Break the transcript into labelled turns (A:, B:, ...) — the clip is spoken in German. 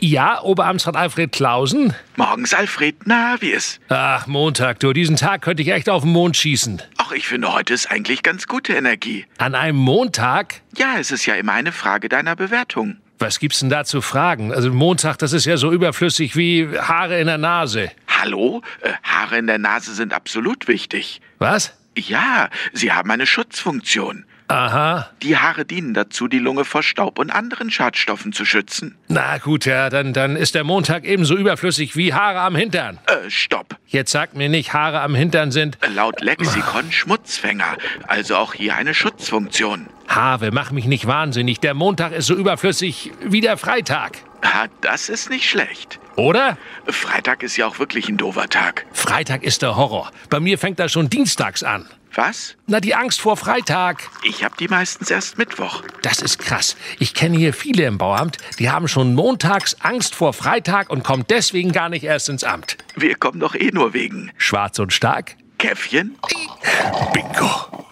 A: Ja, Oberamtsrat Alfred Klausen?
B: Morgens, Alfred, na, wie ist?
A: Ach, Montag, du. Diesen Tag könnte ich echt auf den Mond schießen.
B: Ach, ich finde, heute ist eigentlich ganz gute Energie.
A: An einem Montag?
B: Ja, es ist ja immer eine Frage deiner Bewertung.
A: Was gibt's denn da zu fragen? Also Montag, das ist ja so überflüssig wie Haare in der Nase.
B: Hallo? Äh, Haare in der Nase sind absolut wichtig.
A: Was?
B: Ja, sie haben eine Schutzfunktion.
A: Aha.
B: Die Haare dienen dazu, die Lunge vor Staub und anderen Schadstoffen zu schützen.
A: Na gut, ja, dann, dann ist der Montag ebenso überflüssig wie Haare am Hintern.
B: Äh, stopp.
A: Jetzt sag mir nicht, Haare am Hintern sind.
B: Äh, Laut Lexikon Schmutzfänger. Also auch hier eine Schutzfunktion.
A: Have, mach mich nicht wahnsinnig. Der Montag ist so überflüssig wie der Freitag.
B: Ah, das ist nicht schlecht.
A: Oder?
B: Freitag ist ja auch wirklich ein doofer Tag.
A: Freitag ist der Horror. Bei mir fängt das schon dienstags an.
B: Was?
A: Na, die Angst vor Freitag.
B: Ich hab die meistens erst Mittwoch.
A: Das ist krass. Ich kenne hier viele im Bauamt, die haben schon montags Angst vor Freitag und kommen deswegen gar nicht erst ins Amt.
B: Wir kommen doch eh nur wegen
A: Schwarz und stark?
B: Käffchen.
A: Bingo.